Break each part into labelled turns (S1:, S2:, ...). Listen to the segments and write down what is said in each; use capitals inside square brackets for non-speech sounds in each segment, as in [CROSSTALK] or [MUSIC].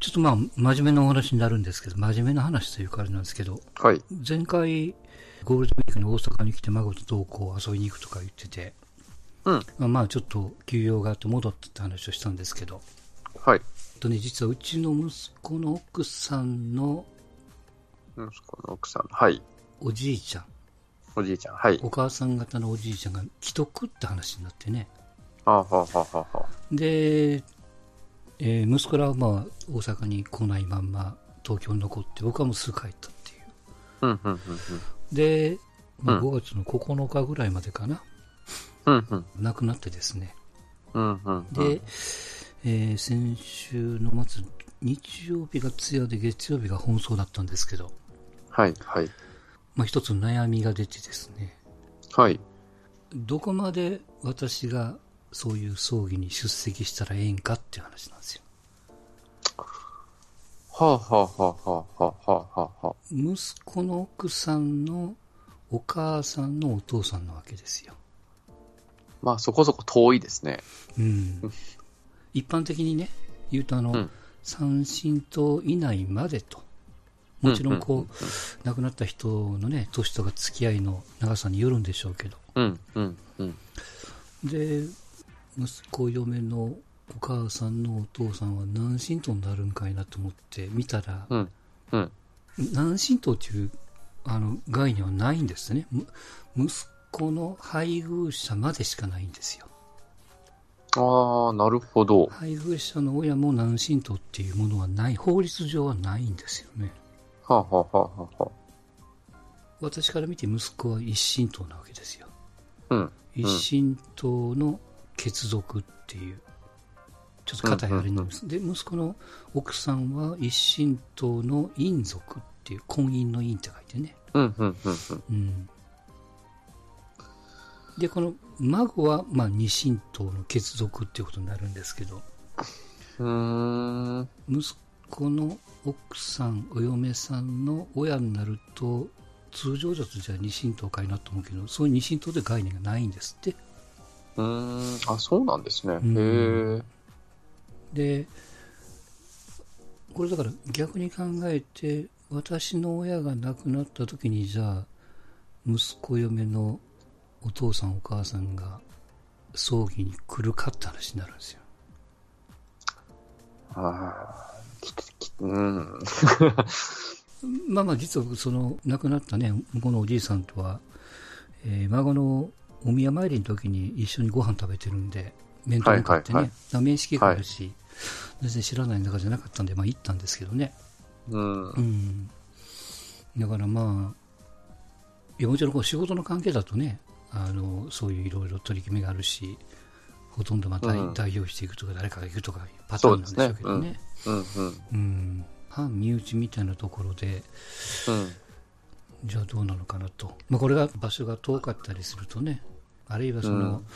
S1: ちょっとまあ、真面目なお話になるんですけど、真面目な話というかあれなんですけど、
S2: はい。
S1: 前回、ゴールデンウィークに大阪に来て孫と同行遊びに行くとか言ってて、
S2: うん。
S1: まあまあちょっと休養があって戻ったって話をしたんですけど、
S2: はい。
S1: えっとね、実はうちの息子の奥さんの
S2: 息子の奥さん。はい。
S1: おじいちゃん、
S2: おじいちゃん。はい。
S1: お母さん方のおじいちゃんが既得って話になってね。
S2: あはあはあはあは
S1: で、えー息子らはまあ大阪に来ないまんま東京に残って、僕はもうすぐ帰ったっていう。
S2: あ。うん、うん、うん、
S1: で、まあ、
S2: うん
S1: 5月の9日ぐらいまでかな、
S2: うん。うん、
S1: 亡くなってですね。
S2: うん、うん、うん。
S1: で、、えー先週の末、日曜日が通夜で月曜日が本葬だったんですけど、
S2: はい、はい。
S1: まあ、一つ悩みが出てですね、
S2: はい。
S1: どこまで私がそういう葬儀に出席したらええんかっていう話なんですよ。
S2: はあはあはあはあはあはあはあは
S1: 息子の奥さんのお母さんのお父さんなわけですよ。
S2: あ。まあ、そこそこ遠いですね。
S1: うん。一般的にね、言うとあの、
S2: うん
S1: 三親党以内までと。もちろんこう、亡くなった人のね、年とか付き合いの長さによるんでしょうけど。
S2: うん、うん、うん。
S1: で、息子嫁のお母さんのお父さんは何親等になるんかいなと思って見たら、
S2: うん、うん。
S1: 何親等というあの概念はないんですね。む息子の配偶者までしかないんですよ。
S2: ああ、なるほど。
S1: 配偶者の親も何親等っていうものはない、法律上はないんですよね。
S2: はあはあはあはあは
S1: 私から見て息子は一親等なわけですよ。
S2: あ。うん。
S1: 一親等の血族っていう、ちょっと肩やりになります。で、息子の奥さんは一親等の姻族っていう、婚姻の姻って書いてね。
S2: うん、うん、うん、うん。
S1: うん。で、この孫は、まあ、二親等の血族っていうことになるんですけど、
S2: うーん。
S1: 息子の奥さん、お嫁さんの親になると、通常だとじゃあ二親等かいなと思うけど、そういう二親等って概念がないんですって。
S2: うーん。あ、そうなんですね。へ
S1: ん
S2: え。
S1: でこれだから逆に考えて私の親が亡くなった時にじゃあ息子嫁のお父さんお母さんが葬儀に来るかって話になるんですよ
S2: ああ。きつきうん。
S1: まあまあ実は僕その亡くなったね向こうのおじいさんとは、えー孫のお宮参りの時に一緒にご飯食べてるんで面と向かってね、
S2: はいはい
S1: まあ面識があるし、全然知らない中じゃなかったんでまあ行ったんですけどね
S2: うん
S1: う。ん、だからまあ、いやもちろんこう仕事の関係だとね、あのそういういろいろ取り決めがあるし、ほとんどまた
S2: うん
S1: 代表していくとか、誰かが行くとかいうパターンなんでしょうけど
S2: そう
S1: ね、
S2: でうん、うん、
S1: うん反身内みたいなところで、
S2: うん。
S1: じゃあどうなのかなと、まあ、これが場所が遠かったりするとね、あるいはその、
S2: うん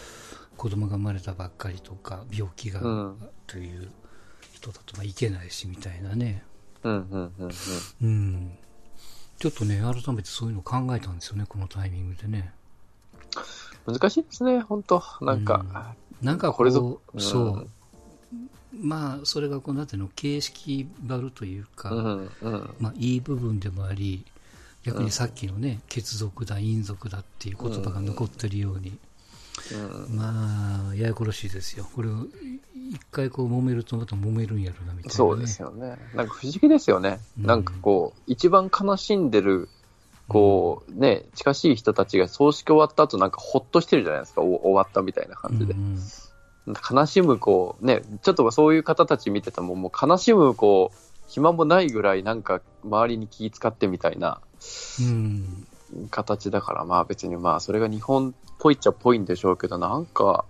S1: 子供が生まれたばっかりとか、病気が
S2: うん
S1: という人だとまあいけないしみたいなね。
S2: うん、うん、うん。
S1: うん、ちょっとね、改めてそういうのを考えたんですよね、このタイミングでね。
S2: 難しいですね、本当なんか。
S1: なんかこう、
S2: これぞうん
S1: そう、まあ、それがこう、なんていうの、形式ばるというか、
S2: うん、うん。
S1: まあ、いい部分でもあり、逆にさっきのね、血族だ、陰族だっていう言葉が残ってるように、
S2: うん
S1: まあ、ややこしいですよ。これを、い一回こう、揉めるとまた揉めるんやろな、みたいな、ね。
S2: そうですよね。なんか不思議ですよね。
S1: うん
S2: なんかこう、一番悲しんでる、こう、ね、近しい人たちが葬式終わった後なんかほっとしてるじゃないですか、お終わったみたいな感じで
S1: う。ん
S2: なんか悲しむ、こう、ね、ちょっとそういう方たち見てたもん、もう悲しむ、こう、暇もないぐらいなんか周りに気使ってみたいな
S1: うん。
S2: 形だから、まあ別にまあそれが日本っぽいっちゃっぽいんでしょうけど、なんか、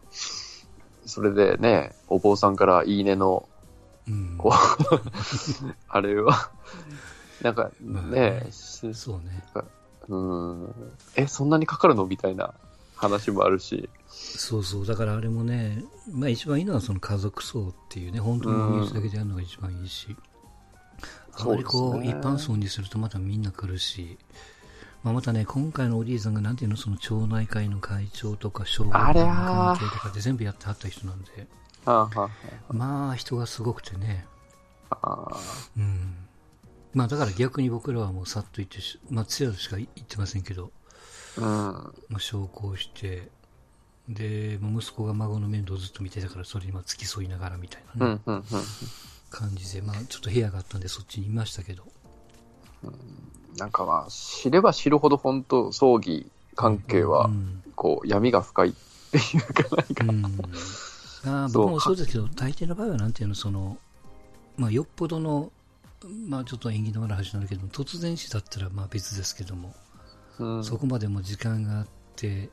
S2: それでね、お坊さんからいいねの
S1: うん。
S2: こう、あれは、 [LAUGHS] なんかね、し
S1: そうね。
S2: うん、え、そんなにかかるのみたいな話もあるし、
S1: そうそう、だからあれもね、まあ、一番いいのはその家族葬っていうね、本当のニュースだけでやるのが一番いいし、あまりこ
S2: そう
S1: う、
S2: です
S1: 一
S2: ね
S1: 般葬にするとまたみんな来るし、まあ、またね、今回のおじいさんがなんていうの、その町内会の会長とか、商
S2: あ
S1: 会
S2: り
S1: の
S2: ゃー
S1: 関係とかで全部やってはった人なんで、
S2: はあは
S1: まあ人がすごくてね、
S2: あ、あ
S1: うん。まあだから逆に僕らはもうさっと言ってし、まあ強いしか言ってませんけど、
S2: あ。うん。
S1: まあ証拠して、で、まあ息子が孫の面倒をずっと見てたから、それにまあ付き添いながらみたいな
S2: う
S1: ね、
S2: ん、うん、うん。
S1: 感じで、まあちょっと部屋があったんでそっちにいましたけど、
S2: なんかまあ、知れば知るほど本当、葬儀関係は
S1: う、ん。
S2: こう、闇が深いっていうか、なんか、
S1: うん、あー
S2: そう
S1: 僕もそうですけど、大抵の場合はなんていうの、その、まあよっぽどの、まあちょっと縁起の悪い話になるけど、突然死だったらまあ別ですけども、
S2: うん、
S1: そこまでも時間があって、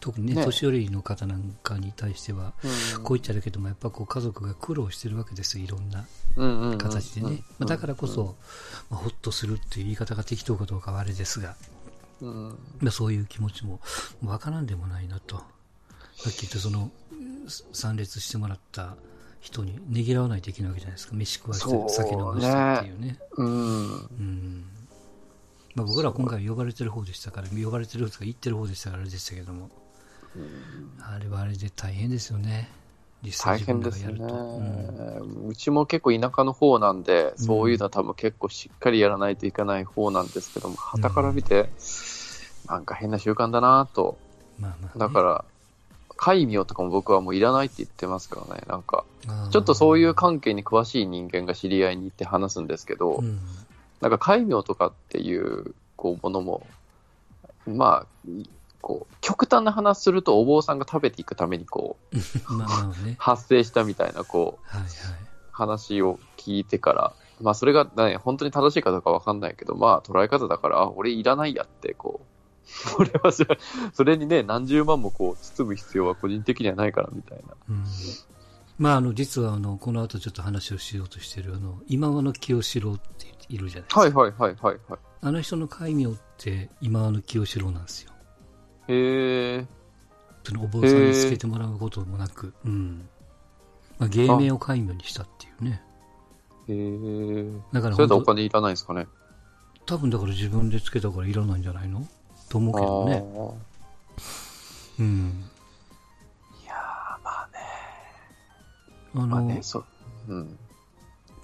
S1: 特にね、
S2: ね
S1: 年寄りの方なんかに対しては、
S2: うん
S1: こう言っちゃだけども、やっぱこう家族が苦労してるわけですよ、いろんな
S2: うんうんうん
S1: 形でね。まあ、だからこ
S2: うん
S1: そ、まあ、ほっとするっていう言い方が適当かどうかはあれですが、
S2: うん
S1: まあ、そういう気持ちもまあわからんでもないなと。さっき言ったその、参列してもらった人にねぎらわないといけないわけじゃないですか。飯食わして、
S2: そう
S1: 酒飲ましてっていうね。
S2: うん
S1: うんまあ、僕らは今回呼ばれてる方でしたから、呼ばれてる方とか行ってる方でしたからあれでしたけども、あれはあれで大変ですよね、実際自
S2: 大
S1: 分ら
S2: 変で
S1: が
S2: す
S1: や
S2: ね
S1: ると。うん
S2: うちも結構田舎の方なんで、そういうのは多分結構しっかりやらないといけない方なんですけども、傍から見て、なんか変な習慣だなと。
S1: まあまあね
S2: だから、戒名とかも僕はもういらないって言ってますからね。なんか、
S1: あー
S2: ちょっとそういう関係に詳しい人間が知り合いに行って話すんですけど、
S1: うん
S2: なんか戒名とかっていうこうものも、まあ、いこう極端な話するとお坊さんが食べていくためにこう、
S1: まあまあね
S2: 発生したみたいなこ
S1: はいはい。
S2: う話を聞いてから、まあ、それが、ね、本当に正しいかどうかわかんないけど、まあ、捉え方だから、あ俺いらないやってこう [LAUGHS] 俺はそれそれにね何十万もこう包む必要は個人的にはないからみたいな。
S1: うんまあ、あの実はあのこの後ちょっと話をしようとしてるあの今和の清志郎っているじゃないですか、
S2: はいはいはいはいはい。
S1: あの人の戒名って今和の清志郎なんですよ
S2: へえ。
S1: そのお坊さんにつけてもらうこともなく、うんまあ、芸名を戒名にしたっていうね
S2: へえ。
S1: だから
S2: それだとお
S1: 本当
S2: 金いらないんですかね。
S1: 多分だから自分でつけたからいらないんじゃないのと思うけどね、
S2: ああ。
S1: うん、
S2: いやーまあね。
S1: あ
S2: まあ
S1: の
S2: ね、そう。うん。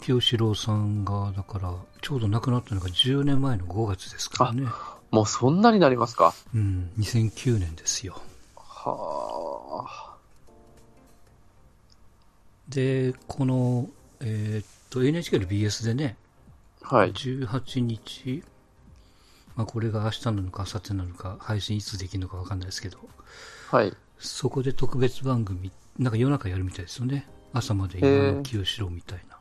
S1: 清志郎さんがだからちょうど亡くなったのが10年前の5月ですからね、
S2: もうそんなになりますか。
S1: うん、2009年ですよ
S2: はあ。
S1: でこの、えーっと NHK の BS でね
S2: はい。
S1: 18日、まあ、これが明日なのか明後日なのか配信いつできるのか分かんないですけど
S2: はい。
S1: そこで特別番組、なんか夜中やるみたいですよね。朝まで
S2: へ
S1: 今
S2: え
S1: の気をしろみたいな。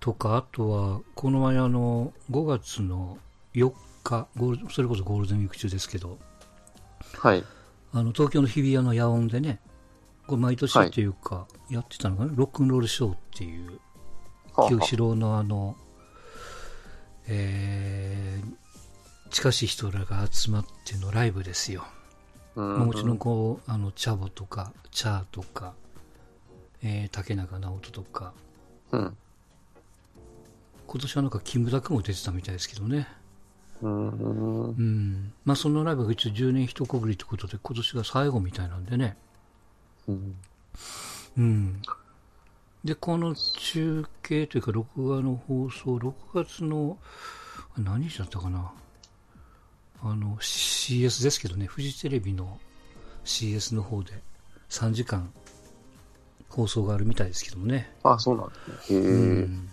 S1: とか、あとは、この前あの、5月の4日、ゴールそれこそゴールデンウィーク中ですけど、
S2: はい。
S1: あの、東京の日比谷の野音でね、これ毎年っていうか、やってたのかなロックンロールショーっていう、
S2: は
S1: 清志郎のあの、えー、近しい人らが集まってのライブですよ。
S2: あう
S1: まあもちろんこうあのチャボとかチャーとか、えー竹中直人とか
S2: うん。
S1: 今年はなんかキムタクも出てたみたいですけどね
S2: うん。うん
S1: うんまあそのライブが一応10年一区切りということで今年が最後みたいなんでね
S2: うん。
S1: うんでこの中継というか録画の放送6月の何日だったかなあの CS ですけどねフジテレビの CS の方で3時間放送があるみたいですけどもね
S2: あ、そうなんですね。へえ。
S1: うん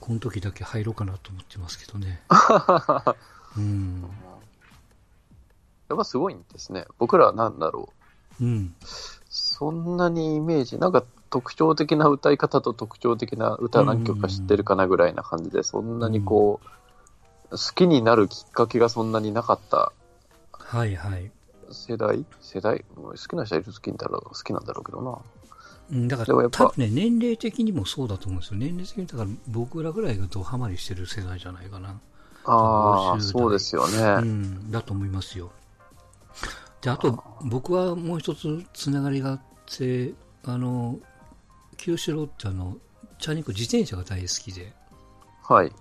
S1: この時だけ入ろうかなと思ってますけどね。うん。
S2: やっぱすごいんですね。僕らはなんだろ
S1: うん。
S2: う。そんなにイメージ、なんか特徴的な歌い方と特徴的な歌何曲か知ってるかなぐらいな感じで、そんなにこう、好きになるきっかけがそんなになかった
S1: はいはい。
S2: 世代世代もう好きな人はいる好きだろう好きなんだろうけどな。
S1: うんだか
S2: でもや
S1: ら、
S2: っぱ
S1: 多分ね、年齢的にもそうだと思うんですよ。年齢的に、だから僕らぐらいがドハマりしてる世代じゃないかな。
S2: あ
S1: 50
S2: あ、
S1: 代
S2: そうですよ
S1: う
S2: ね。
S1: ん。だと思いますよ。で、あと、僕はもう一つつながりがあって、あの、清志郎ってあの、チャリンコ自転車が大好きで、
S2: はい。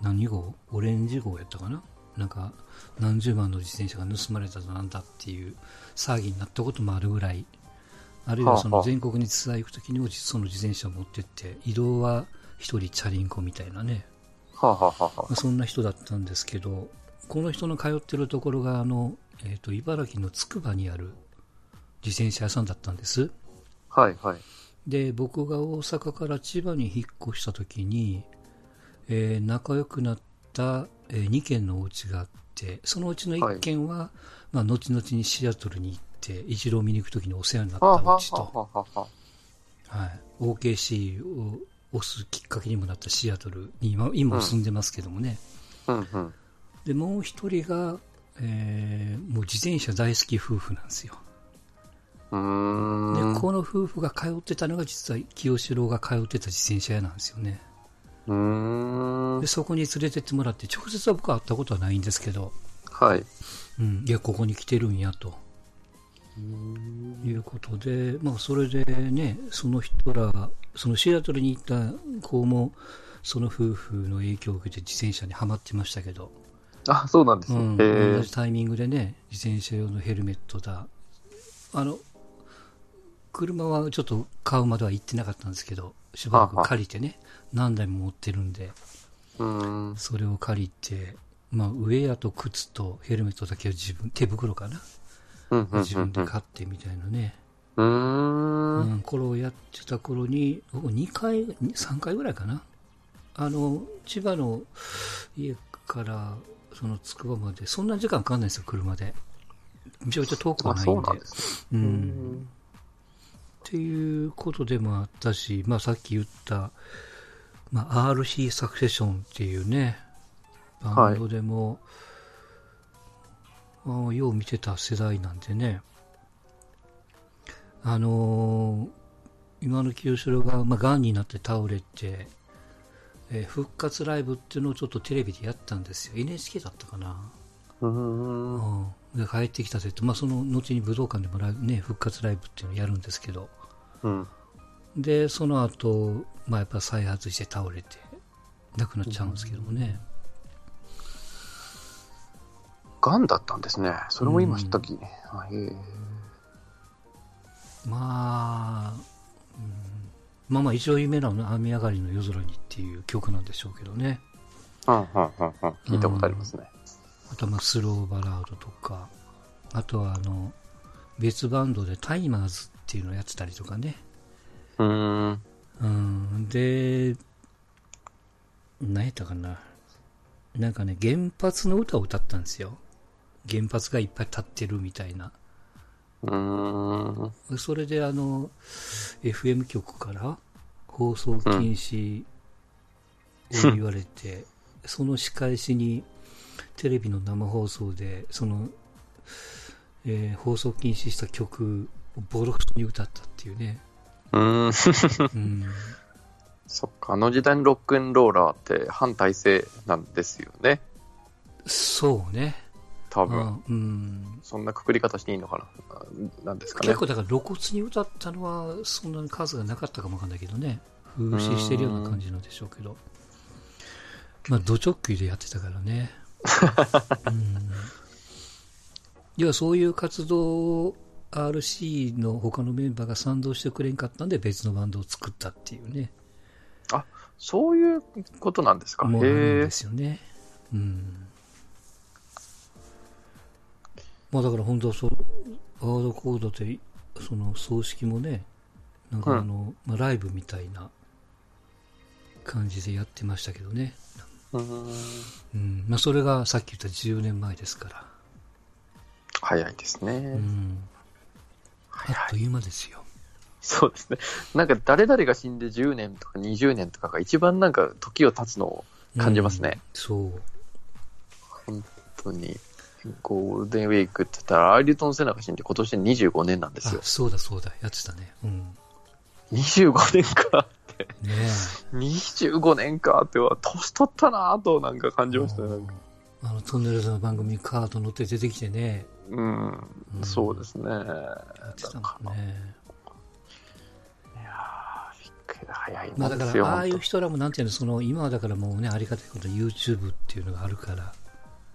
S1: 何号オレンジ号やったかななんか何十万の自転車が盗まれただなんだっていう騒ぎになったこともあるぐらいあるいはそ
S2: はあ
S1: の
S2: はあ
S1: 全国にツアー行くときにもその自転車を持ってって、移動は一人チャリンコみたいなね、
S2: はあ、はあはあは
S1: まあ、そんな人だったんですけど、この人の通ってるところが、あの、えっ、と、茨城のつくばにある自転車屋さんだったんです。
S2: あ、はいはい。
S1: で、僕が大阪から千葉に引っ越した時に、えー仲良くなった、え2軒のお家があって、そのうちの1軒は、まあ、後々にシアトルに行って、一郎見に行く時にお世話になった
S2: はあ、はあ
S1: お
S2: は
S1: 家と、
S2: あはあは
S1: はい、OKC を押すきっかけにもなったシアトルに今今も住んでますけどもね、
S2: あ。うんうん。
S1: でもう一人が、えーもう自転車大好き夫婦なんですよで
S2: うーん。
S1: この夫婦が通ってたのが実は清志郎が通ってた自転車屋なんですよね
S2: うーん
S1: で。そこに連れてってもらって直接は僕は会ったことはないんですけど、
S2: はい。
S1: うん、いやここに来てるんやということで、まあ、それでねその人らそのシアトルに行った子もその夫婦の影響を受けて自転車にはまってましたけど、
S2: あ、そうなんです
S1: う
S2: ね。
S1: ん、
S2: へ
S1: 同
S2: え
S1: じ。タイミングでね自転車用のヘルメットだあの車はちょっと買うまでは行ってなかったんですけどしばらく借りてね何台も持ってるんで
S2: うーん。
S1: それを借りて、まあ、ウェアと靴とヘルメットだけは自分手袋かな
S2: うんうん
S1: 自
S2: う
S1: 分
S2: ん
S1: で買ってみたいなね、
S2: うん。うーん。
S1: うん、これをやってた頃に僕2回3回ぐらいかなあの千葉の家からそのつくばまでそんな時間かかんないですよ車でめちゃめちゃ遠くは
S2: あ、
S1: ないん
S2: そう
S1: で
S2: なんです
S1: う
S2: ね。
S1: ん、っていうことでもあったし、まあ、さっき言った、まあ、RC サクセションっていうねバンドでも、ああよう見てた世代なんでねあのー今の清志郎が、まあ、癌になって倒れて、えー復活ライブっていうのをちょっとテレビでやったんですよ NHK だったかな
S2: うん。うん。
S1: うん、で帰ってきたぜって、まあ、その後に武道館でもライブ、ね、復活ライブっていうのをやるんですけど
S2: うん。
S1: でその後、まあやっぱ再発して倒れて亡くなっちゃうんですけどもね、
S2: がんだったんですね。それも今知ったき。あへえ。
S1: まあ、うんまあまあ一応夢なのね「雨上がりの夜空に」っていう曲なんでしょうけどね
S2: うんうんうんうん。聞いたことありますね。
S1: あとはまあスローバラードとかあとはあの別バンドで「タイマーズ」っていうのをやってたりとかね
S2: うーん。
S1: うん、で、何やったかな。なんかね、原発の歌を歌ったんですよ。原発がいっぱい立ってるみたいな。
S2: うーん。
S1: それであの、FM 局から放送禁止を言われて、その仕返しにテレビの生放送で、その、えー放送禁止した曲をボロクソに歌ったっていうね。
S2: うーん。
S1: うん
S2: そっか、あの時代のロックンローラーって反体制なんですよね。
S1: そうね。
S2: 多
S1: う
S2: 分。
S1: んうん、
S2: そんなくくり方していいのかなあなんですかね
S1: 結。構だから露骨に歌ったのはそんなに数がなかったかもわかんないけどね風刺してるような感じなんでしょうけどまあド直球でやってたからね
S2: [LAUGHS]
S1: うん要はそういう活動を RC の他のメンバーが賛同してくれんかったんで別のバンドを作ったっていうね
S2: そういうことなんですか。
S1: もうあるん
S2: へえ
S1: で。すよねうんまあだから本当はそうアワードコードでその葬式もねなんかあの、まあ、ライブみたいな感じでやってましたけどね、
S2: うーん
S1: うんまあ、それがさっき言った10年前ですから、
S2: 早いです
S1: う
S2: ね。
S1: ん、あ
S2: 早
S1: っ
S2: い。
S1: という間ですよ
S2: そうですね。なんか誰々が死んで10年とか20年とかが一番なんか時を経つのを感じますね
S1: うんそう
S2: 本当にゴールデンウィークって言ったらアイリュトン・セナが死んで今年で25年なんです
S1: あ
S2: よ。
S1: そうだそうだやってたねうん
S2: 25年か。
S1: ね
S2: 25年かっては年取ったなぁとなんか [LAUGHS] 感
S1: え
S2: じましたね。なんか
S1: あのトンネルズの番組にカード乗って出てきてね
S2: うん、
S1: うん
S2: そうですね。
S1: やってたもんね
S2: いやーびっくりだ早い
S1: ま
S2: も
S1: あ
S2: ん
S1: だ
S2: で
S1: か
S2: すよ。
S1: ら、ああいう
S2: 本
S1: 人らもなんていうの、その今はだからもうね、ありがたいこと YouTube っていうのがあるから、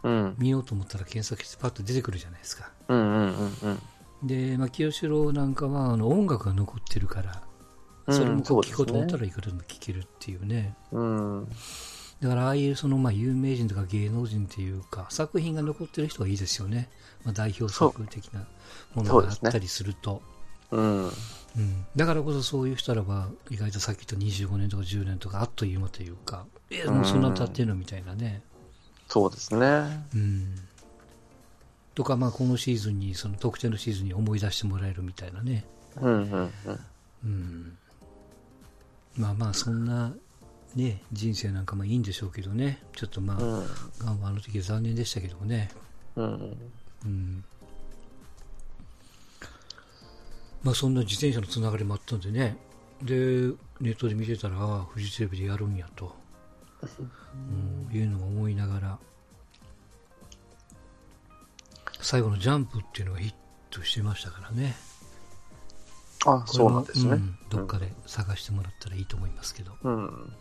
S2: 当うん
S1: 見ようと思ったら検索してパッと出てくるじゃないですか。
S2: うんうんうんうん。
S1: で、まあ、清志郎なんかはあの音楽が残ってるから、
S2: うん
S1: それもこう聞こうと
S2: そう
S1: 思った
S2: ですね
S1: らいくらでも聞けるっていうね。
S2: うん。
S1: だからああいうそのまあ有名人とか芸能人っていうか作品が残ってる人はいいですよね、まあ、代表作的なものがあったりすると
S2: うん。
S1: うん、だからこそそういう人らは意外とさっきと25年とか10年とかあっという間というかえもうそんな経ってるのみたいなね、
S2: そうですね。
S1: うん、とかまあこのシーズンにその特定のシーズンに思い出してもらえるみたいなね、
S2: うんうんうん。
S1: うん、まあまあそんなね人生なんかもいいんでしょうけどねちょっとまあ、
S2: うん。
S1: ガンはあの時は残念でしたけどもね
S2: うん。
S1: うんまあそんな自転車のつながりもあったんでねでネットで見てたらああフジテレビでやるんやと、うん、いうのを思いながら最後の「ジャンプ」っていうのがヒットしてましたからね
S2: あ、
S1: これ
S2: そ
S1: は
S2: うなんです
S1: う
S2: ね。
S1: んどっかで探してもらったらいいと思いますけど、
S2: うん。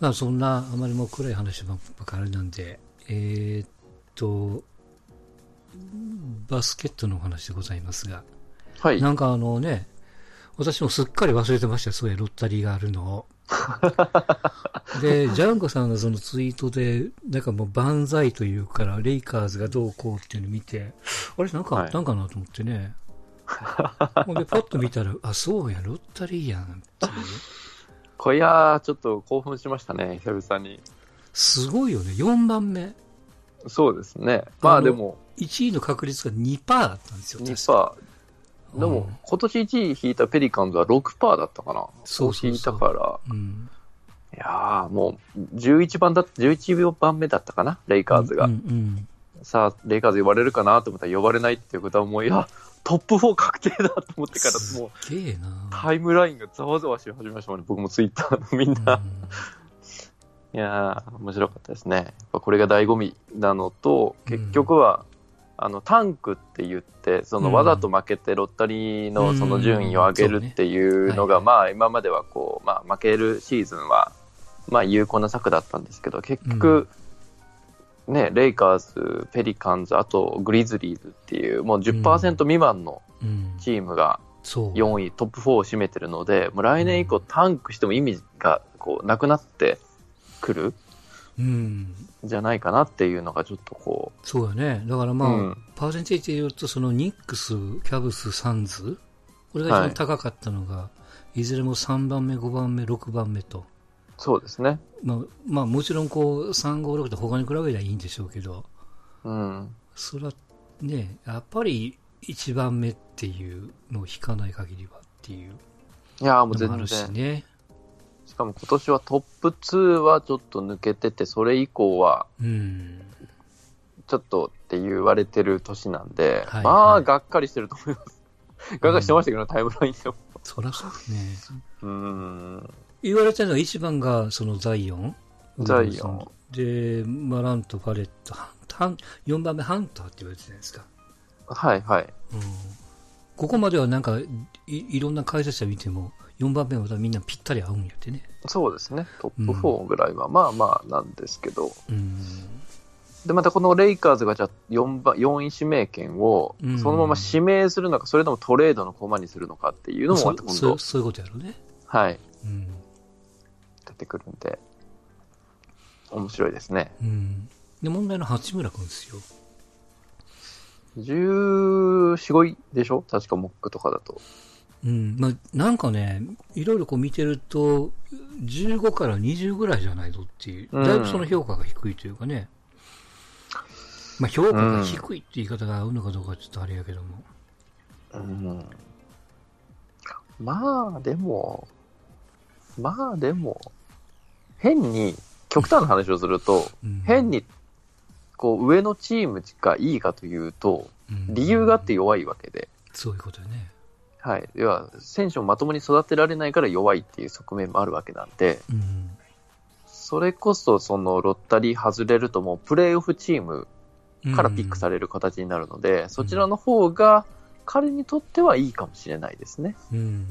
S1: まあそんなあまりもう暗い話ばっかりなんでえーっとバスケットのお話でございますが
S2: はい。
S1: なんかあのね、私もすっかり忘れてましたよ、そういうロッタリーがあるの
S2: [LAUGHS]
S1: を。で、ジャンコさんがそのツイートで、なんかもう万歳というから、レイカーズがどうこうっていうのを見て、あれなんかあったんかなと思って
S2: [LAUGHS]
S1: ね。ほんで、パッと見たら、あ、そうや、ロッタリーやんっていう。
S2: こいやー、ちょっと興奮しましたね、久々に。
S1: すごいよね、4番目。
S2: そうですね。ま
S1: あ
S2: あ
S1: の
S2: でも、
S1: 1位の確率が2%だったんですよ、確か
S2: 2%。でも、今年1位引いたペリカンズは6%だったかな。
S1: そうそうそう
S2: 引いたから。
S1: うん。
S2: いやー、もう、11番だ、11番目だったかな、レイカーズが。
S1: うんうん
S2: さあ、レイカーズ呼ばれるかなと思ったら呼ばれないっていうことはもう、いや、トップ4確定だと思ってから、
S1: す
S2: もう、
S1: っげえな。
S2: タイムラインがざわざわし始めましたもんね。僕もツイッターのみんな。いやー、面白かったですね。やっぱこれが醍醐味なのと、結局は、あの、タンクって言って、そ
S1: うん
S2: のわざと負けてロッタリー
S1: う
S2: の
S1: ん
S2: その順位を上げるっていうのが、
S1: そうね
S2: まあ今まではこう、まあ負けるシーズンは、まあ有効な策だったんですけど、結局、ね、レイカーズ、ペリカンズ、あとグリズリーズっていう、もう10%未満の [LAUGHS]
S1: うん。うん
S2: チームが
S1: そう。
S2: 4位、トップ4を占めてるので、もう来年以降タンクしても意味がこうなくなってくる
S1: うん。
S2: じゃないかなっていうのがちょっとこ
S1: そうやね。だからまあ、
S2: うん
S1: パーセンテージで言うと、そのニックス、キャブス、サンズ、これが一番高かったのが、い、ずれも3番目、5番目、6番目と。
S2: う、そうですね。
S1: まあ、まあ、もちろんこう、3、5、6と他に比べりゃいいんでしょうけど、
S2: うん。
S1: それはね、やっぱり1番目っていうのを引かない限りはっていう
S2: いやーもう
S1: のもあ
S2: 全
S1: るし
S2: 然。
S1: ね。
S2: しかも今年はトップ2はちょっと抜けてて、それ以降は
S1: うん。
S2: ちょっとって言われてる年なんで、
S1: はい
S2: ま
S1: は
S2: あ、
S1: い
S2: がっかりしてると思います。がっかりしてましたけど、タイムラインでも。
S1: そらそうね。
S2: うん。
S1: 言われてるのは1番がそのザイオン
S2: ザイオン
S1: でマランとファレットハン4番目ハンターって言われてるじゃないですか、
S2: はいはい。
S1: うん、ここまではなんかいいろんな解説者見ても4番目はまたみんなぴったり合うんやってね
S2: そうですね。トップ
S1: うん
S2: 4ぐらいは、まあまあなんですけど。
S1: うん
S2: で、またこのレイカーズがじゃあ 4, 番4位指名権を
S1: うん
S2: そのまま指名するのか、それともトレードの駒にするのかっていうのも
S1: そ
S2: ま
S1: う
S2: た今
S1: そ
S2: 度
S1: う、そういうことやろうね、
S2: はい、
S1: うん
S2: 出てくるんで、面白いですね。
S1: うん、で問題の八村君ですよ
S2: 14、5位でしょ確かモックとかだと。
S1: うんまあ、なんかね、いろいろこう見てると、15から20ぐらいじゃないぞっていう、
S2: うん
S1: だいぶその評価が低いというかね、まあ、評価が低いって言い方が合うのかどうかちょっとあれやけども、
S2: うん。まあ、でも、まあでも、変に、極端な話をすると、
S1: うん
S2: 変、に、こう、上のチームがいいかというと、
S1: うん
S2: 理由があって弱いわけで、
S1: そういうことよね、
S2: はい。要は、選手をまともに育てられないから弱いっていう側面もあるわけなんで、
S1: うん
S2: それこそ、その、ロッタリー外れるともう、プレーオフチーム
S1: うん、
S2: からピックされる形になるので、そちらの方が彼にとってはいいかもしれないですね。
S1: うん、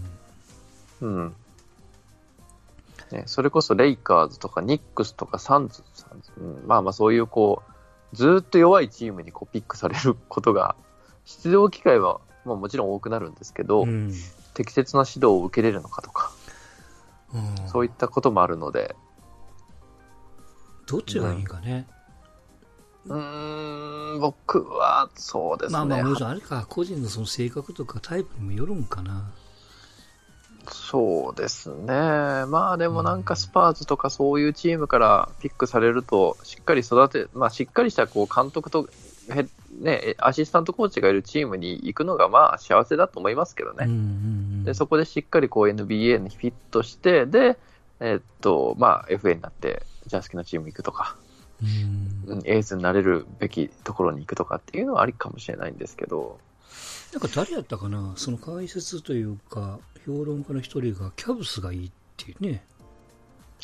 S2: うん。ね、それこそレイカーズとかニックスとかサンズ、サンズうんまあまあそういうこう、ずーっと弱いチームにこうピックされることが、出場機会は、まあ、もちろん多くなるんですけど、
S1: うん
S2: 適切な指導を受けれるのかとか、
S1: うん
S2: そういったこともあるので、
S1: どっちがいいかね、
S2: うーん、僕はそうですね。
S1: まあまあ、もちろんあれか、個人のその性格とかタイプにもよるんかな。
S2: そうですね。まあでもなんかスパーズとかそういうチームからピックされると、しっかり育て、まあしっかりしたこう監督と、へね、アシスタントコーチがいるチームに行くのがまあ幸せだと思いますけどね。
S1: うんうんうん、
S2: で、そこでしっかりこう NBA にフィットして、で、えっと、まあ FA になって、じゃあ好きなチーム行くとか、
S1: うん
S2: うんエースになれるべきところに行くとかっていうのはありかもしれないんですけど、
S1: なんか誰やったかな、その解説というか、評論家の一人が、キャブスがいいっていうね。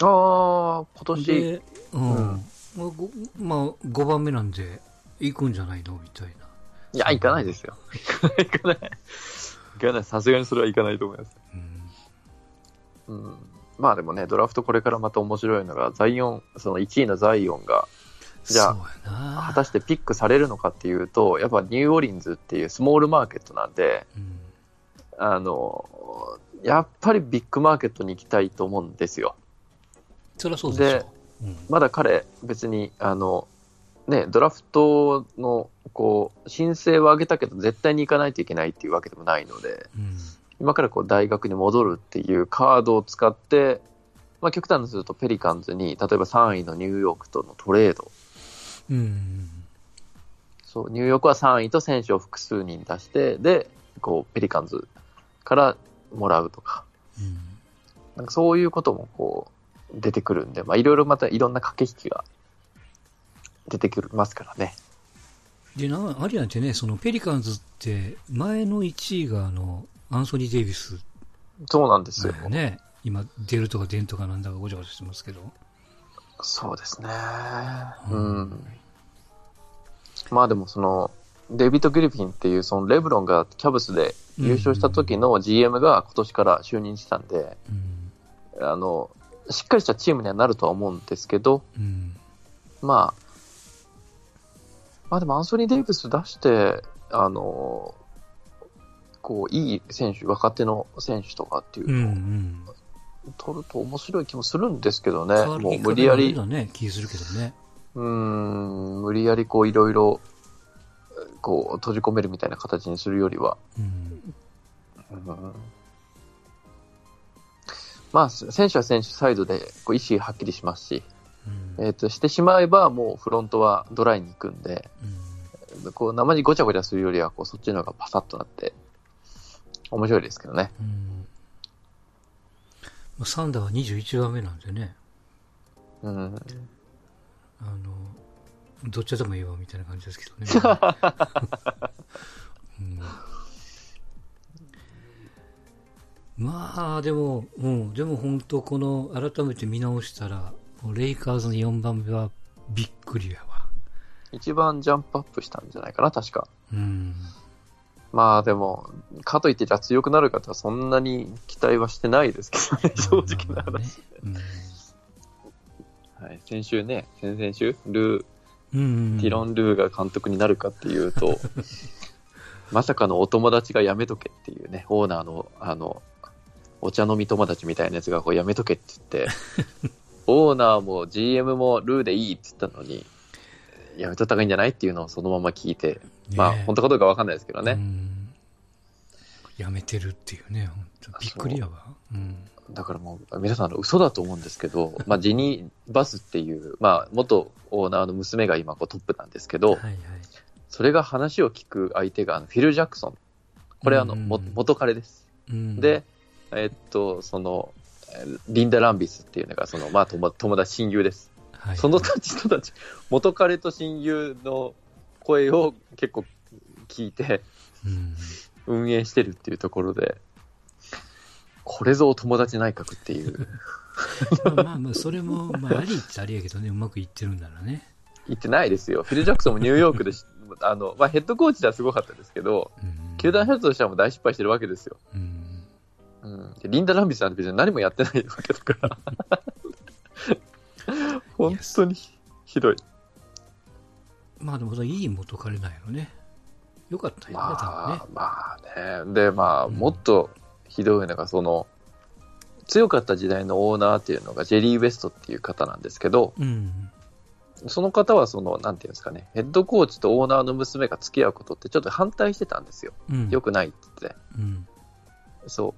S2: ああ、今年、
S1: で、うんま
S2: うん
S1: あごまあ、5番目なんで、行くんじゃないのみたいな。
S2: いや、行かないですよ。 [LAUGHS] 行かない。行かない。さすがにそれは行かないと思います。
S1: うん
S2: うん。まあでもね、ドラフトこれからまた面白いのが、ザイオン、その1位のザイオンが、じゃ
S1: そ
S2: あ
S1: うやな。
S2: 果たしてピックされるのかっていうと、やっぱニューオーリンズっていうスモールマーケットなんで、
S1: うん
S2: あの、やっぱりビッグマーケットに行きたいと思うんですよ。
S1: そりゃそうでしょ。うん
S2: まだ彼、別に、あの、ね、ドラフトの、こう、申請は上げたけど、絶対に行かないといけないっていうわけでもないので、
S1: うん
S2: 今からこう大学に戻るっていうカードを使って、まあ、極端にするとペリカンズに例えば3位のニューヨークとのトレード
S1: うん
S2: そうニューヨークは3位と選手を複数人出してでこうペリカンズからもらうとか
S1: うん
S2: なんかそういうこともこう出てくるんで、まあ、いろいろまたいろんな駆け引きが出てきますからね
S1: でなあれなんてね、そのペリカンズって、前の1位があのアンソニー・デイビス
S2: そうなんです
S1: だ
S2: よ、
S1: よね、今、出るとか出んとかなんだかごちゃごちゃしてますけど、
S2: そうですね
S1: う
S2: うんん、まあでもそのデビッド・グリフィンっていうそのレブロンがキャブスで優勝した時の GM が今年から就任したんで、
S1: うん
S2: あの、しっかりしたチームにはなるとは思うんですけど、
S1: うん、
S2: まあ、まあでもアンソニー・デイビス出して、あの、こう、いい選手、若手の選手とかっていう
S1: うん、う
S2: のを
S1: ん、
S2: 取ると面白い気もするんですけどね、
S1: 変わ
S2: もう
S1: る
S2: 無理やり、
S1: だね、気するけどね、
S2: うーん、無理やりこういろいろ、こう閉じ込めるみたいな形にするよりは、
S1: うん、
S2: うんまあ、選手は選手サイドでこう意思はっきりしますし、
S1: うん、
S2: えー、としてしまえばもうフロントはドライに行くんで、こう生にごちゃごちゃするよりはこうそっちの方がパサッとなって、面白いですけどね。
S1: うんまあ、サンダーは21番目なんでね、
S2: うん、
S1: あのどっちでもいいわみたいな感じですけどね。うんまあでも、うん、でも本当この改めて見直したら、レイカーズの4番目はびっくりやわ。
S2: 一番ジャンプアップしたんじゃないかな、確か。
S1: うん。
S2: まあでも、かといってじゃあ強くなる方はそんなに期待はしてないですけどね、正直
S1: まあ
S2: な話。
S1: まあね。
S2: はい、先週ね、先々週、ルー、
S1: うん。うんうん
S2: ティロン・ルーが監督になるかってい
S1: [LAUGHS]
S2: うと、まさかのお友達がやめとけっていうね、オーナーの、あの、お茶飲み友達みたいなやつがこうやめとけって
S1: [LAUGHS]
S2: 言って、オーナーも GM もルーでいいって言ったのに、やめとった方がいいんじゃないっていうのをそのまま聞いて、まあ、
S1: ねえ
S2: 本当かどうかわかんないですけど
S1: う
S2: ね。
S1: んやめてるっていうね、本当びっくりやわ。うん。
S2: だからもう、皆さんあの嘘だと思うんですけど、まあ、ジニー・バスっていう、まあ、元オーナーの娘が今こうトップなんですけど、
S1: はいはい。
S2: それが話を聞く相手があのフィル・ジャクソン。これあの、
S1: うん
S2: も元彼です。
S1: うん、
S2: で、えっと、その、えーリンダ・ランビスっていうのが、その、まあ、友友達、親友です。
S1: はい、
S2: その人たち、元彼と親友の声を結構聞いて
S1: うん、
S2: 運営してるっていうところで、これぞお友達内閣っ
S1: [LAUGHS]
S2: ていう、
S1: まあまあまあ、それも、まあ、ありっちゃありやけどね、うまくいってるんならね。
S2: 言ってないですよ。フィル・ジャクソンもニューヨークでし、あの、まあ、ヘッドコーチではすごかったですけど、
S1: うん
S2: 球団社長としてはもう大失敗してるわけですよ。
S1: うん。
S2: うん、でリンダ・ランビスなんて別に何もやってないわけだ
S1: [LAUGHS]
S2: から。本当にひどい。
S1: まあでもそれいい元彼なんやろね。よかったよね、
S2: ま
S1: 多
S2: あ、まあね。で、まあ、
S1: うん
S2: もっとひどいのが、その、強かった時代のオーナーっていうのが、ジェリー・ウェストっていう方なんですけど、
S1: 分ね。
S2: その方は、その、なんていうんですかね、ヘッドコーチとオーナーの娘が付き合うことって、ちょっと反対してたんですよ。
S1: うん。うん。
S2: 良くないって言って。
S1: うん。
S2: そ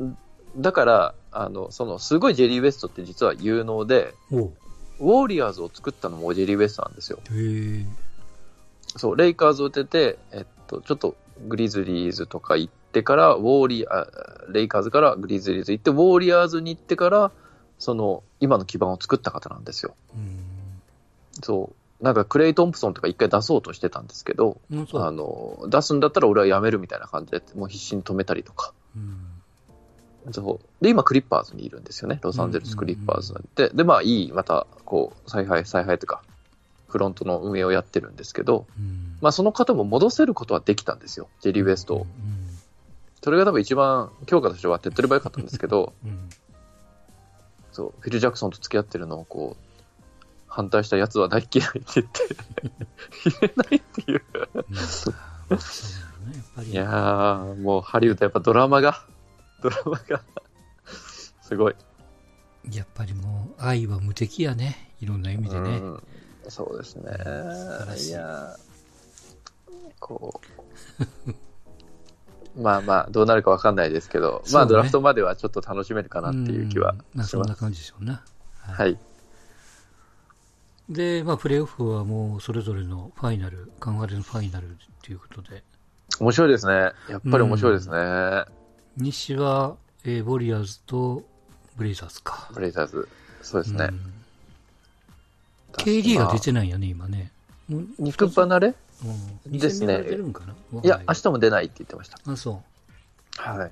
S2: う。んだから、あの、その、すごいジェリー・ウェストって実は有能で、
S1: おう
S2: ウォーリアーズを作ったのもジェリー・ウェストなんですよ。
S1: へえ。
S2: そう、レイカーズを出て、えっと、ちょっとグリズリーズとか行ってから、ウォーリア、レイカーズからグリズリーズ行って、ウォーリアーズに行ってから、その、今の基盤を作った方なんですよ。
S1: うん。
S2: そう。なんか、クレイ・トンプソンとか一回出そうとしてたんですけど、
S1: うん、そ
S2: あ
S1: う。
S2: の、出すんだったら俺はやめるみたいな感じで、もう必死に止めたりとか。
S1: うん。
S2: そう。で、今、クリッパーズにいるんですよね。ロサンゼルス・クリッパーズなんで。で、まあ、いい、また、こう、采配、采配というか、フロントの運営をやってるんですけど、
S1: うん。
S2: まあ、その方も戻せることはできたんですよ、ジェリー・ウェストを。それが多分一番強化としては手っ取り早かったんです
S1: [LAUGHS]
S2: けど、
S1: うん。うん。
S2: そうフィル・ジャクソンと付き合ってるのをこう反対したやつは大嫌いって言
S1: [LAUGHS]
S2: って、言えないっていう。
S1: まあ、まあそうだよね、やっぱり。
S2: いやー、もうハリウッドやっぱドラマが、 [LAUGHS] ドラマが、すごい。
S1: やっぱりもう、愛は無敵やね。いろんな意味で
S2: う
S1: ね。
S2: ん、そうですね
S1: 晴ら。しい
S2: いやーこう。 [LAUGHS] まあまあ、どうなるかわかんないですけど、ま
S1: そう
S2: あ
S1: ね
S2: ドラフトまではちょっと楽しめるかなっていう気は
S1: んまあ、
S2: し
S1: そん
S2: ます
S1: な。感じでしょうな。
S2: はい。
S1: で、まあ、プレーオフはもう、それぞれのファイナル、カンファレンスファイナルということで、
S2: 面白いですね。やっぱり面白いですね。
S1: 西は、えー、ウォリアーズとブレイザーズか。
S2: ブレイザーズ。そうですね。
S1: うん KD が出てないよね、今ね。もう
S2: 肉離れ
S1: うん二
S2: です
S1: 戦目
S2: ね
S1: から出るんかな。わかんない
S2: や、明日も出ないって言ってました。
S1: あ、そ
S2: はい。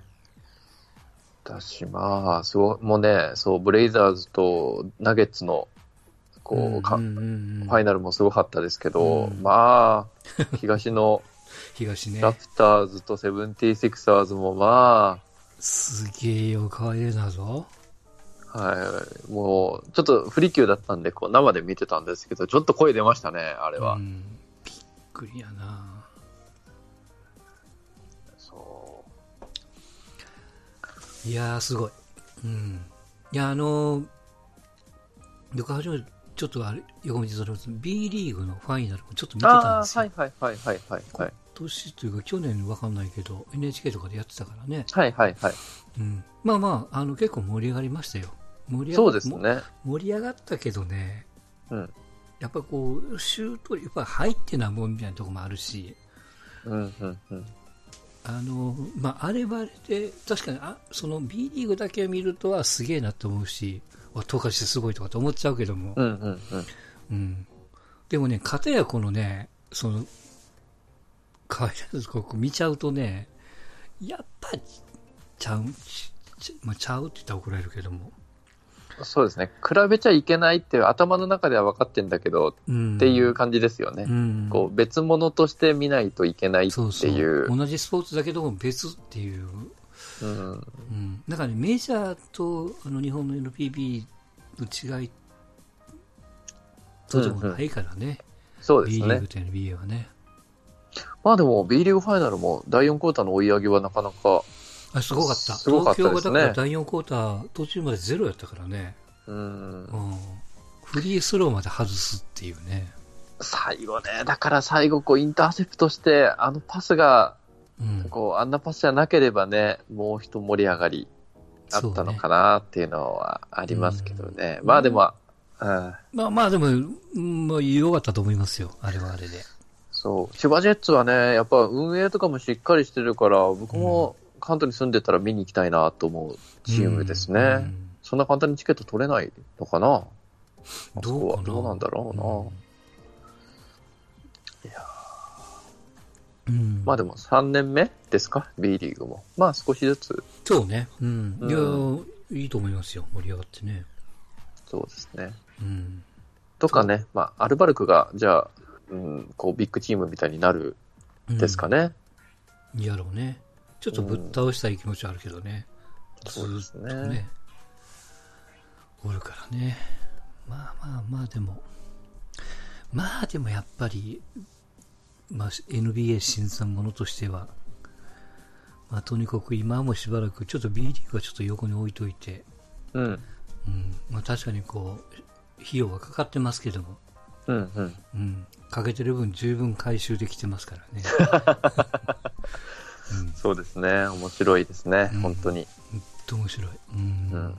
S2: 私、まあ、そう、もうね、そう、ブレイザーズとナゲッツの、
S1: う。
S2: こう、か
S1: んんうん
S2: ファイナルもすごかったですけど、
S1: うん
S2: ま
S1: [LAUGHS]
S2: あ、東の
S1: 東ね。
S2: ラプターズとセブンティセクサーズも、ま
S1: すげえよ、かわいいなぞ。
S2: あ、はい、もう、ちょっと不利休だったんで、こう、生で見てたんですけど、ちょっと声出ましたね、あれは。
S1: うん、びっくりやな。
S2: そ
S1: いやー、すごい。うん。いや、あのー僕は初めて、ちょっとあれ、横道それます B リーグのファイナルもちょっと見
S2: う。
S1: てたん
S2: ああ
S1: です
S2: ー、
S1: よ。
S2: はいはいはいはいはい。はい
S1: 今年というか、去年わかんないけど、NHK とかでやってたからね。
S2: はいはいはい。
S1: うん。まあまあ、あの、結構盛り上がりましたよ。盛り上が
S2: そうです
S1: も
S2: ね。
S1: 盛り上がったけどね、
S2: うん
S1: やっぱこう、シュート、やっぱ入ってなもんみたいなとこもあるし、
S2: うんうんうん。
S1: あの、まあ、あれはあれで、確かに、あ、その B リーグだけ見るとはすげえなと思うし、わ、富樫すごいとかと思っちゃうけども、
S2: うんうんうん。
S1: うん。でもね、片やこのね、その、かわいらずここ見ちゃうとね、やっぱ、ちゃう、ちまあ、ちゃうって言ったら怒られるけども。
S2: そうですね。比べちゃいけないって頭の中では分かってんだけど、
S1: うん。
S2: っていう感じですよね。
S1: うん。
S2: こう、別物として見ないといけないっていう。
S1: そうそう。同じスポーツだけども別っていう。
S2: うん
S1: うん。だからね、メジャーとあの日本の NPB の違いとでもないからね。
S2: そうで
S1: B
S2: す
S1: リー
S2: ね
S1: グ。と NBA はね。
S2: まあでも、B リーグファイナルも第4クォーターの追い上げはなかなか、
S1: あ、すごかった。
S2: すごかったですね
S1: 東京がだから第4クォーター途中までゼロやったからね。
S2: うん
S1: う、ん。フリースローまで外すっていうね。
S2: 最後ね、だから最後、こう、インターセプトして、あのパスが、
S1: うん。
S2: こう、あんなパスじゃなければね、もう一盛り上がりあったのかなっていうのはありますけどね。まあでも、うん、
S1: まあまあでも、うんまあ良かったと思いますよ。あれはあれで。
S2: そう、千葉ジェッツはね、やっぱ運営とかもしっかりしてるから、僕も関東に住んでたら見に行きたいなと思うチームですね。
S1: うん
S2: そんな簡単にチケット取れないのかなあそ
S1: ど
S2: こ
S1: う
S2: は
S1: かな
S2: どうなんだろうな。いや
S1: うん、
S2: まあでも3年目ですか ?B リーグも。まあ少しずつ、
S1: そうね。うん。
S2: うん
S1: いやー、いいと思いますよ。盛り上がってね。
S2: そうですね。
S1: うん。
S2: とかね、まあアルバルクが、じゃあ、うん、こうビッグチームみたいになるですか
S1: ね。
S2: ね。
S1: やろうね。ちょっとぶっ倒したい気持ちはあるけどね。ず
S2: そうで
S1: ー
S2: す
S1: っと
S2: ね。
S1: ね。おるからね。まあまあまあ、でも。まあでもやっぱり、まあ、NBA 新参者としては、まあ、とにかく今はもうしばらくちょっと B リーグはちょっと横に置いといて、
S2: うん。
S1: うんまあ、確かにこう費用はかかってますけども、
S2: うんうん。
S1: うん、かけてる分十分回収できてますから
S2: [LAUGHS]
S1: ね、うん、
S2: そうですね。面白いですね。
S1: うん
S2: 本当に。
S1: ほんと面白い、うん
S2: うん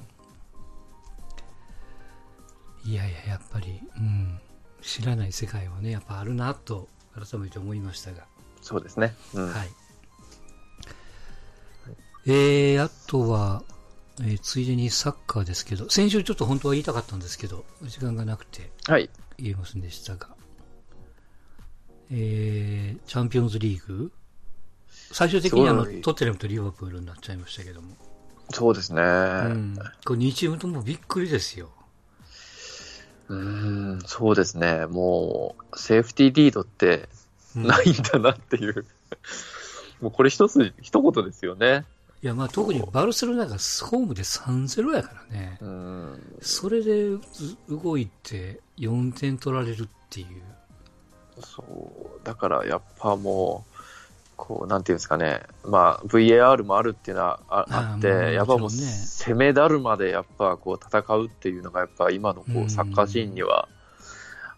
S1: いやいややっぱり、うん、知らない世界はねやっぱあるなと改めて思いましたが、
S2: そうですね。うん。
S1: はい。えー、あとは、えーついでにサッカーですけど、先週ちょっと本当は言いたかったんですけど、時間がなくて
S2: はい。
S1: 言えませんでしたが、えー、チャンピオンズリーグ最終的にあの
S2: そうなんだ
S1: トッテナムとリバプールになっちゃいましたけども、
S2: そうですね。
S1: うん、これ2チームともびっくりですよ。
S2: うーん、そうですね。もう、セーフティーリードって
S1: うん
S2: ないんだなっていう。 [LAUGHS] もうこれ一つ、一言ですよね。
S1: いやまあ特にバルセロナがホームで3-0やからね。
S2: うーん、
S1: それでう動いて4点取られるっていう。
S2: そう。だからやっぱもう、こう、なんていうんですかね。まあ、VAR もあるっていうのはあ
S1: あー
S2: あって、
S1: まあ
S2: やっぱも
S1: も
S2: う、
S1: ちろんね
S2: 攻めだるまでやっぱこう、戦うっていうのがやっぱ今の
S1: う
S2: こ
S1: ん
S2: う、サッカーシーンには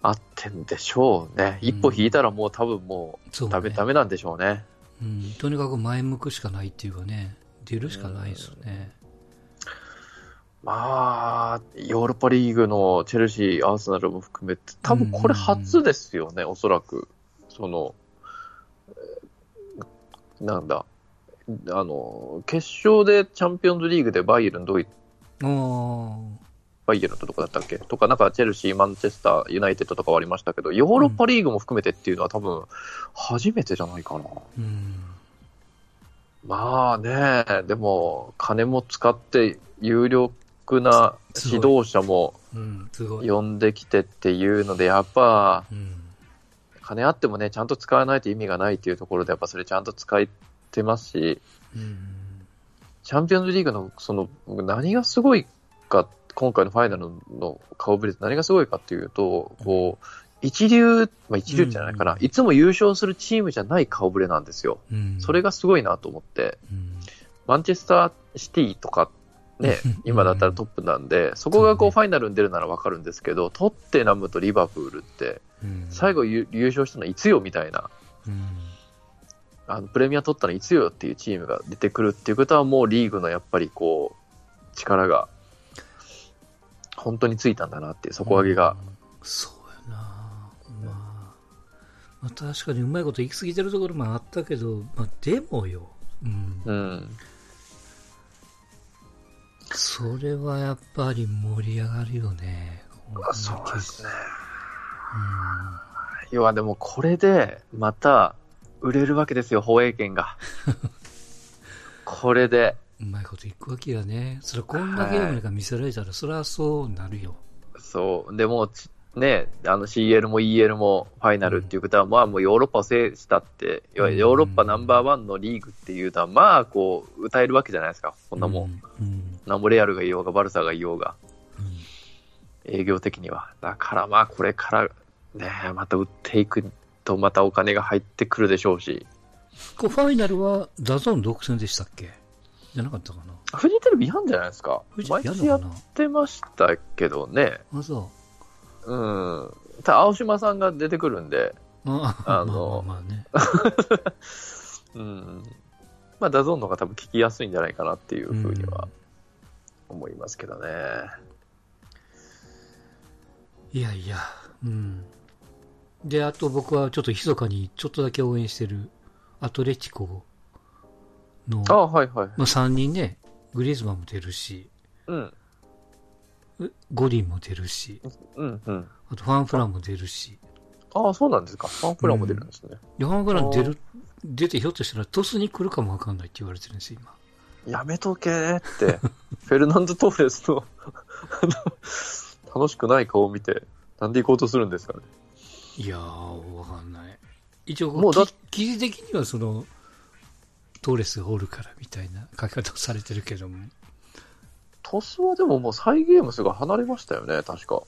S2: あってんでしょうね。一歩引いたらもう多分も
S1: そう
S2: う、
S1: ね
S2: ダメ、ダメなんでしょうね。
S1: うん。とにかく前向くしかないっていうかね、出るしかないですよね。
S2: まあ、ヨーロッパリーグのチェルシー、アーセナルも含めて、多分これ初ですよね、おそらく。その、えーなんだ、あの、決勝でチャンピオンズリーグでバイエルン、ドイツ、
S1: あー
S2: バイエルンとかだったっけとか、なんかチェルシー、マンチェスター、ユナイテッドとかはありましたけど、ヨーロッパリーグも含めてっていうのは多分初めてじゃないかな。
S1: うん。
S2: まあね、でも、金も使って有力な指導者も、
S1: うん。すごい。
S2: 呼んできてっていうので、やっぱ、
S1: うん。
S2: 金あってもね、ちゃんと使わないと意味がないっていうところで、やっぱそれちゃんと使ってますし、
S1: うん。
S2: チャンピオンズリーグの、その、何がすごいか、今回のファイナルの顔ぶれって何がすごいかっていうと、こう、一流、まあ一流じゃないかな、
S1: うん
S2: いつも優勝するチームじゃない顔ぶれなんですよ。
S1: うん。
S2: それがすごいなと思って、
S1: うん、
S2: マンチェスターシティとか、ね、今だったらトップなんで、そこがこうファイナルに出るならわかるんですけど、トッテナムとリバプールって、
S1: うん、
S2: 最後優優勝したのいつよみたいな、
S1: うん。
S2: あのプレミア取ったのいつよっていうチームが出てくるっていうことは、もうリーグのやっぱりこう、力が、本当についたんだなっていう、底上げ
S1: うん。
S2: が。
S1: そうやな。まあ、まあ、確かにうまいこと行き過ぎてるところもあったけど、まあでもよ。うん。
S2: うん。
S1: それはやっぱり盛り上がるよね。
S2: そうですね。
S1: うん
S2: 要はでもこれで、また、売れるわけですよ、放映権 [LAUGHS] が。これで、
S1: うまいこといくわけやね。それこんなゲームが見せられたら、それはそうなるよ。
S2: そう。でもうち、ね、あの CL も EL もファイナルっていうことは、まあもうヨーロッパを制したって、いわゆるヨーロッパナンバーワンのリーグっていうのは、まあこう、歌えるわけじゃないですか。こんなもん。
S1: ん。うん。
S2: なんぼレアルがいようが、バルサがいようが、
S1: うん
S2: 営業的には。だからまあこれから、ね、また売っていくと、またお金が入ってくるでしょうし。
S1: こうファイナルは、ダゾーン独占でしたっけじゃなかったかな。
S2: フジテレビやんじゃないですか。
S1: フジ
S2: 毎
S1: やる
S2: 年や
S1: の
S2: っ
S1: かな
S2: てましたけどね。
S1: あ、そ
S2: うん。ただ青島さんが出てくるんで、
S1: う。あ、
S2: あ
S1: まあ
S2: の
S1: まあまあね。
S2: うん。まあ、ダゾーンの方が多分聞きやすいんじゃないかなっていうふうには思いますけどね。
S1: いやいや。うん。で、あと僕はちょっと密かにちょっとだけ応援してるアトレティコの、
S2: あはいはい。
S1: まあ3人ね、グリーズマンも出るし、
S2: うん、
S1: ゴディンも出るし、
S2: うん、うん。
S1: あとファンフランも出るし、
S2: ああ、そうなんですか。ファンプランも出るんですね。
S1: ヨハン・グラン出る、出てひょっとしたらトスに来るかもわかんないって言われてるんですよ、今。
S2: やめとけーって、 [LAUGHS] フェルナンド・トーレスの [LAUGHS] あの楽しくない顔を見て、なんで行こうとするんですかね。
S1: いやー、わかんない。一応、も
S2: も
S1: う
S2: うだ
S1: 記事的にはその、トーレスがおるからみたいな書き方をされてるけども。
S2: トスはでももうサイ・ゲームスが離れましたよね、確か。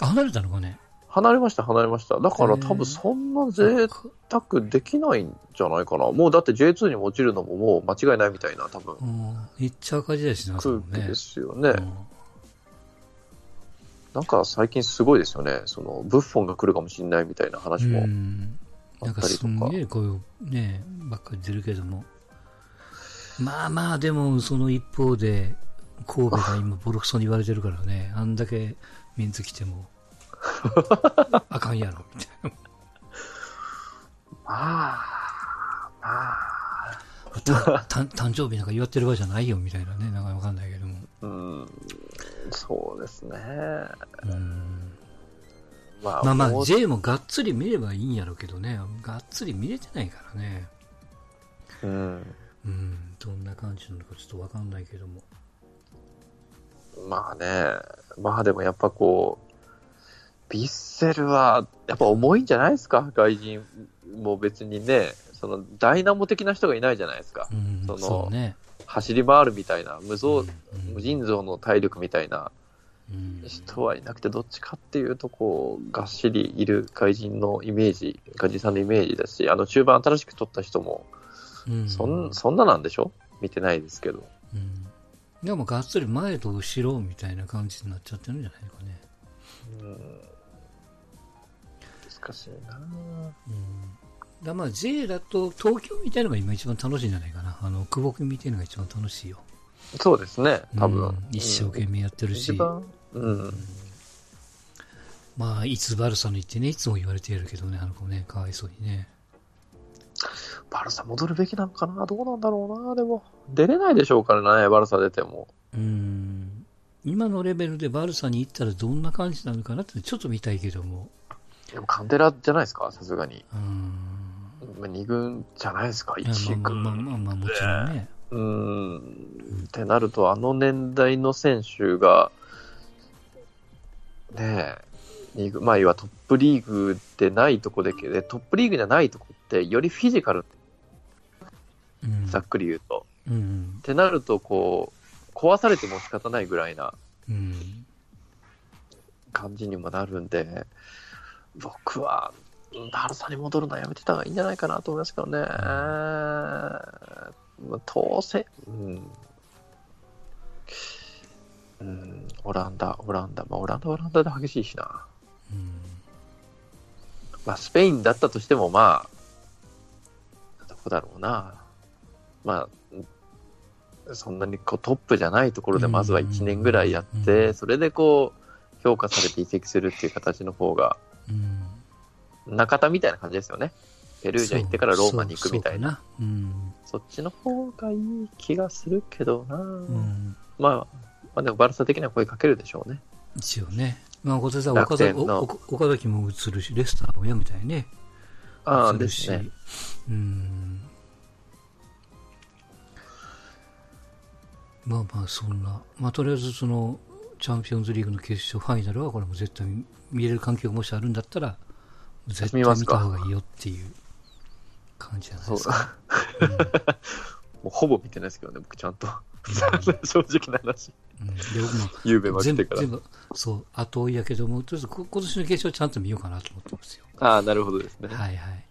S1: あ離れたのかね
S2: 離れました、離れました。だから
S1: へー
S2: 多分そんな贅沢できないんじゃないかな。もうだって J2 にも落ちるのももう間違いないみたいな多分
S1: うん、めっちゃ赤字だしな、
S2: 空
S1: そ
S2: 気
S1: れも
S2: ですよね。
S1: うん
S2: なんか最近すごいですよね。そのブッフォンが来るかもしれないみたいな話も
S1: ん、
S2: あ
S1: なん
S2: っ
S1: か
S2: たり
S1: す
S2: と
S1: ん
S2: か。
S1: げえこういうねばっかり出るけどもまあまあでもその一方で神戸が今ボロクソに言われてるからねあんだけメンツ来て
S2: [LAUGHS]
S1: もあかんやろみたい
S2: まあ、まあ、
S1: なた誕生日なんか祝ってる場合じゃないよみたいなねなんかわかんないけども
S2: うん、そうですね。
S1: うん
S2: まあ、
S1: まあま
S2: も
S1: あ
S2: う
S1: J もがっつり見ればいいんやろうけどねがっつり見れてないからね
S2: うん、
S1: うんどんな感じなのかちょっとわかんないけども
S2: まあね、まあでもやっぱこう、ヴィッセルは、やっぱ重いんじゃないですか外人も別にね、そのダイナモ的な人がいないじゃないですか
S1: う。ん
S2: その
S1: そうね
S2: 走り回るみたいな、無造、
S1: うん
S2: 無尽蔵の体力みたいな
S1: うん
S2: 人はいなくて、どっちかっていうと、こう、がっしりいる外人のイメージ、外人さんのイメージだし、あの中盤新しく取った人も、
S1: うん
S2: そんそんななんでしょ見てないですけど。
S1: うんでもがっつり前と後ろみたいな感じになっちゃってるんじゃないかね。
S2: うん、難しいな
S1: うん、だまあ J だと東京みたいのが今一番楽しいんじゃないかな。あの、久保君みたいのが一番楽しいよ。
S2: そうですね、多分。
S1: うん一生懸命やって
S2: うん
S1: るし、
S2: 一番、うん。
S1: まあ、いつバルサに行ってね、いつも言われてやるけどね、あの子ね、かわいそうにね。
S2: バルサ戻るべきなんかなどうなんだろうなでも、出れないでしょうからね、バルサ出ても。
S1: うん。今のレベルでバルサに行ったらどんな感じなのかなってちょっと見たいけども。
S2: でも、カンテラじゃないですかさすがに。
S1: うん。
S2: まあ、2軍じゃないですか
S1: いや
S2: ?1
S1: まあまあまあ
S2: 軍。
S1: まあ、もちろんね。
S2: うん。ってなると、あの年代の選手が、ねえ、2軍、まあ、要はトップリーグでないとこでけで、トップリーグじゃないとこって、よりフィジカル、
S1: うん。
S2: ざっくり言うと。
S1: うん
S2: っ。てなると、こう、壊されても仕方ないぐらいな
S1: うん。
S2: 感じにもなるんで、僕は、うんバルサに戻るのはやめてた方がいいんじゃないかなと思いますけどね。まあ当選、うん。うん、オランダ、オランダ、まあ、オランダ、オランダで激しいしな。
S1: うん
S2: まあ、スペインだったとしても、まあ、どこだろうな。まあうん、そんなにこうトップじゃないところでまずは1年ぐらいやっ
S1: うんう
S2: て、
S1: ん
S2: それでこう、評価されて移籍するっていう形の方が、
S1: うん
S2: 中田みたいな感じですよね。ペルージャ行ってからローマに行くみたいな。
S1: な。そううん。
S2: そっちの方がいい気がするけどな。
S1: うん。
S2: まあ、まあでもバルサ的には声かけるでしょうね。
S1: 一応ね。まあ、今年は岡
S2: 楽天
S1: 崎、
S2: の
S1: おお岡崎も映るし、レスターもやみたいにね。
S2: ああ、
S1: 映
S2: で
S1: る
S2: す
S1: し
S2: ね。。
S1: うん。まあまあ、そんな。まあ、とりあえず、その、チャンピオンズリーグの決勝ファイナルは、これも絶対見れる環境がもしあるんだったら、絶対
S2: 見ます
S1: 見
S2: か
S1: た方がいいよっていう感じじゃない
S2: そ
S1: で
S2: う
S1: すか。
S2: だ。もうほぼ見てないですけどね、僕ちゃんと。 [LAUGHS] 正直な話。
S1: うん、で、僕も
S2: ゆうべまで
S1: 全
S2: 来て
S1: 部
S2: から
S1: 全。部そう後追いやけどもとりあえずこ今年の決勝ちゃんと見ようかなと思ってますよ
S2: ああ、なるほどですね。
S1: はいはい